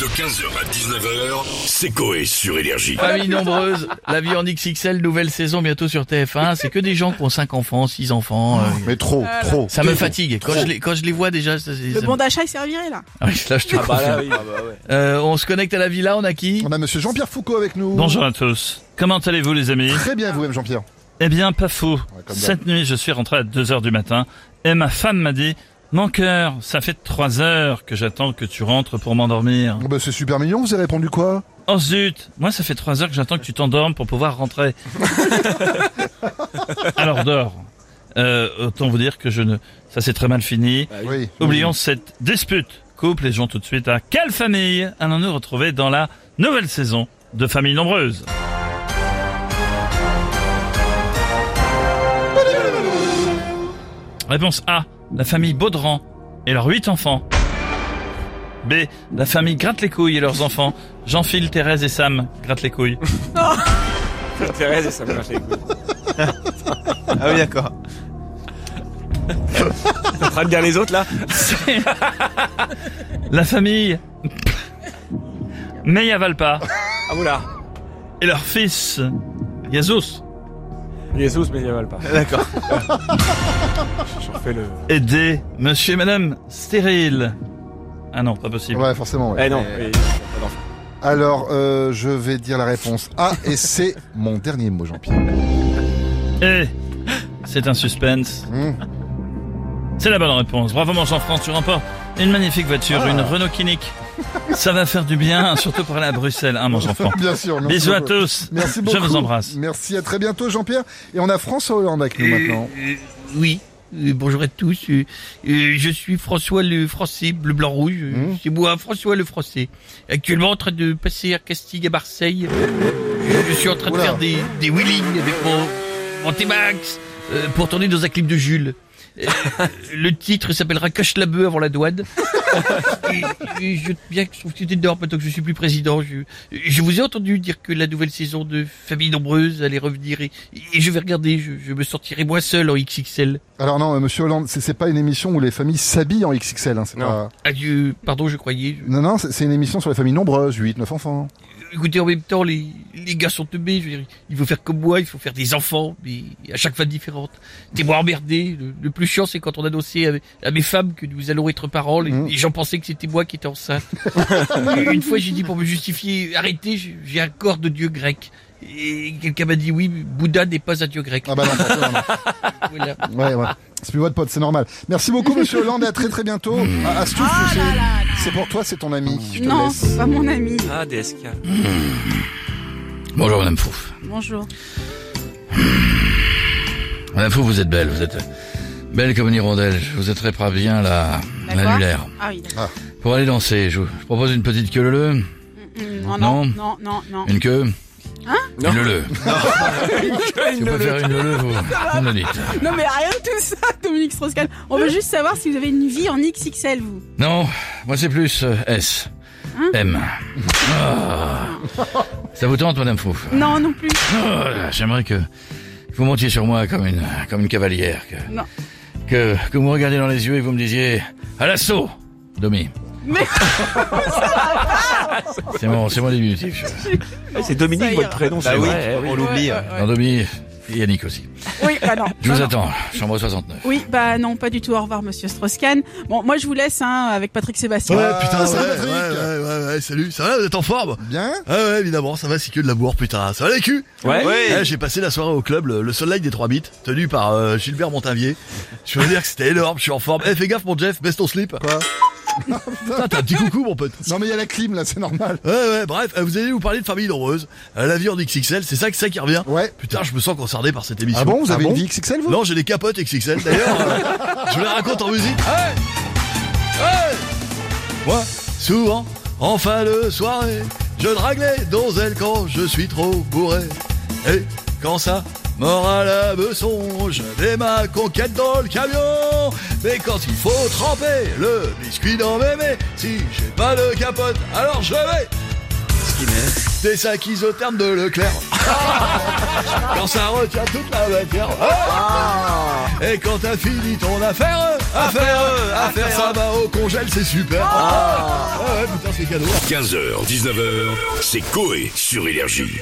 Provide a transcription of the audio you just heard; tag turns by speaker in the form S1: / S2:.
S1: De 15h à 19h, c'est Coé sur Énergie.
S2: Famille nombreuse, la vie en XXL, nouvelle saison bientôt sur TF1. C'est que des gens qui ont 5 enfants, 6 enfants. euh,
S3: Mais trop, trop.
S2: ça me fatigue. Quand je, les, quand je les vois déjà, ça, c'est-
S4: Le
S2: ça-
S4: bon d'achat, il servirait là.
S2: Ah oui, là, je te confirme. Euh, on se connecte à la villa, on a qui
S3: On a monsieur Jean-Pierre Foucault avec nous.
S5: Bonjour à tous. Comment allez-vous les amis
S3: Très bien vous-même Jean-Pierre.
S5: Eh bien, pas faux.
S3: comme d'hab.
S5: Cette nuit, je suis rentré à 2h du matin et ma femme m'a dit "Mon cœur, ça fait 3 heures que j'attends que tu rentres pour m'endormir."
S3: Oh bah, c'est super mignon, vous avez répondu quoi
S5: Oh zut, moi ça fait 3 heures que j'attends que tu t'endormes pour pouvoir rentrer. Alors dors. Euh, autant vous dire que je ne ça s'est très mal fini.
S3: Oui.
S5: Oublions cette dispute. Couple et gens tout de suite à quelle famille allons-nous retrouver dans la nouvelle saison de Famille Nombreuse Réponse A, la famille Baudran et leurs huit enfants. B, la famille Gratte les couilles et leurs enfants. Jean-Phil, Thérèse et Sam grattent les couilles.
S6: Thérèse et ça me marche les couilles.
S7: Ah oui, d'accord.
S6: T'es en train de dire les autres là
S5: La famille Meia Valpa
S6: Ah oula
S5: et leur fils Yazos.
S6: Jesus mais il avale pas.
S7: D'accord.
S6: Je refais le.
S5: Et D, monsieur et madame stérile. Ah non, pas possible.
S3: Ouais, forcément. ouais.
S6: Eh non,
S7: Euh,
S6: oui.
S3: Alors, euh, je vais dire la réponse A et c'est mon dernier mot Jean-Pierre.
S5: Eh, c'est un suspense.
S3: Mmh.
S5: C'est la bonne réponse. Bravo mon Jean-France, tu remportes une magnifique voiture,
S3: Ah.
S5: une Renault Kinnick. Ça va faire du bien, surtout pour aller à Bruxelles, hein mon Jean-France.
S3: Bien sûr. merci
S5: Bisous à
S3: beaucoup.
S5: tous.
S3: Merci beaucoup.
S5: Je vous embrasse.
S3: Merci, à très bientôt Jean-Pierre. Et on a François Hollande avec nous maintenant.
S2: Euh, oui. Euh, bonjour à tous. Euh, euh, je suis François le Français, bleu, blanc, rouge. Euh,
S3: Mmh.
S2: C'est moi, François le Français. Actuellement en train de passer à Castille à Marseille. Euh, Je suis en train
S3: Oula.
S2: de faire des, des wheelings avec mon, mon T-Max euh, pour tourner dans un clip de Jules. Euh, le titre s'appellera Cache la bœuf avant la douane. Et- et je, bien que je trouve que c'est énorme, maintenant que je suis plus président, je, je vous ai entendu dire que la nouvelle saison de Famille Nombreuse allait revenir et, et je vais regarder, je, je me sentirai moins seul en XXL.
S3: Alors non, euh, monsieur Hollande, c'est- c'est pas une émission où les familles s'habillent en XXL. Hein, c'est
S6: Non.
S3: pas-
S2: Adieu, pardon, je croyais. je-
S3: non, non, c'est c'est une émission sur les familles nombreuses, 8, 9 enfants.
S2: Écoutez, en même temps, les, les gars sont teubés, je veux dire, il faut faire comme moi, il faut faire des enfants, mais à chaque femme différente. T'es moi emmerdé, le, le plus chiant c'est quand on annonçait à, mes- à mes femmes que nous allons être parents, et,
S3: Mm.
S2: et j'en pensais que c'était moi qui étais enceinte. Et une fois j'ai dit pour me justifier, arrêtez, j'ai- j'ai un corps de dieu grec. Et quelqu'un m'a dit oui, mais Bouddha n'est pas un dieu grec.
S3: Ah bah non, François, non, non.
S2: Voilà.
S3: Ouais, ouais. C'est plus votre pote, c'est normal. Merci beaucoup, monsieur Hollande, et à très très bientôt. À, à Stouff, c'est- c'est pour toi, c'est ton ami. Je te
S4: Non,
S3: laisse.
S4: c'est pas mon ami.
S6: Ah DSK.
S2: Bonjour Madame Fouf.
S4: Bonjour.
S2: Madame Fouf, vous êtes belle, vous êtes belle comme une hirondelle. Je vous très bien la
S4: D'accord. Ah oui, d'accord.
S2: Pour aller danser, je vous propose une petite queue leu,
S4: Mm, mm, Non, non, non, non, non.
S2: une queue, Hein
S6: Non.
S2: une leu. Si vous préférez une leu, vous, vous me le dites.
S4: Non, mais rien de tout ça, Dominique Strauss-Kahn. On veut juste savoir si vous avez une vie en XXL, vous.
S2: Non, moi c'est plus euh, S. M. Ah. Ça vous tente, Madame Fouf
S4: Non, non plus.
S2: Ah, J'aimerais que vous montiez sur moi comme une, comme une cavalière. Que,
S4: Non.
S2: que, que vous me regardiez dans les yeux et vous me disiez « À l'assaut, Domi
S4: Mais- !»
S2: C'est mon, c'est mon diminutif. je-
S6: Eh, C'est Dominique
S4: Ça
S6: votre
S4: ira.
S6: prénom,
S5: Ah
S7: Bah
S6: c'est
S7: oui,
S6: vrai.
S7: on l'oublie.
S4: Ouais,
S7: hein.
S4: ouais,
S2: Dans
S4: ouais.
S2: Domi, et Yannick aussi.
S4: Oui, bah non.
S2: Je vous
S4: Non, non.
S2: attends, chambre 69.
S4: Oui, bah non, pas du tout. Au revoir, monsieur Strauss-Kahn. Bon, moi, je vous laisse hein, avec Patrick Sébastien.
S3: Ouais, putain, Ah, c'est
S8: Eh, ouais,
S3: Patrick.
S8: ouais, ouais, ouais, ouais, salut, ça va, vous êtes en forme Hein
S3: Bien
S8: Ouais, ouais, évidemment, ça va, c'est que de la bourre, putain, ça va les culs
S6: Ouais.
S8: Ouais, Eh, J'ai passé la soirée au club, le, le Sunlight des 3 bits, tenu par euh, Gilbert Montavier. Je veux dire que c'était énorme, je suis en forme. Eh, fais gaffe mon Jeff, baisse ton slip.
S3: Quoi
S8: Putain, t'as un petit coucou mon pote.
S3: Non mais il y a la clim là, c'est normal.
S8: Ouais, ouais, bref, euh, vous allez nous parler de famille nombreuse, euh, la vie en XXL, c'est ça, que ça qui revient
S3: Ouais.
S8: Putain, je me sens concerné par cette émission.
S3: Ah bon, vous avez une vie XXL vous
S8: Non, j'ai des capotes XXL d'ailleurs. euh, je les raconte en musique. Hey Hey Moi, souvent, en fin de soirée, je drague les donzelles quand je suis trop bourré. Et quand ça morale me songe, j'ai ma conquête dans le camion. Mais quand il faut tremper le biscuit dans mes mets, si j'ai pas de capote, alors je vais. Des sacs isothermes de Leclerc. quand ça retient toute la matière. Et quand t'as fini ton affaire, affaire, affaire, ça va au congèle, c'est super. Oh. Ah ouais, putain, c'est cadeau.
S1: 15h, 19h, c'est Coé sur Énergie.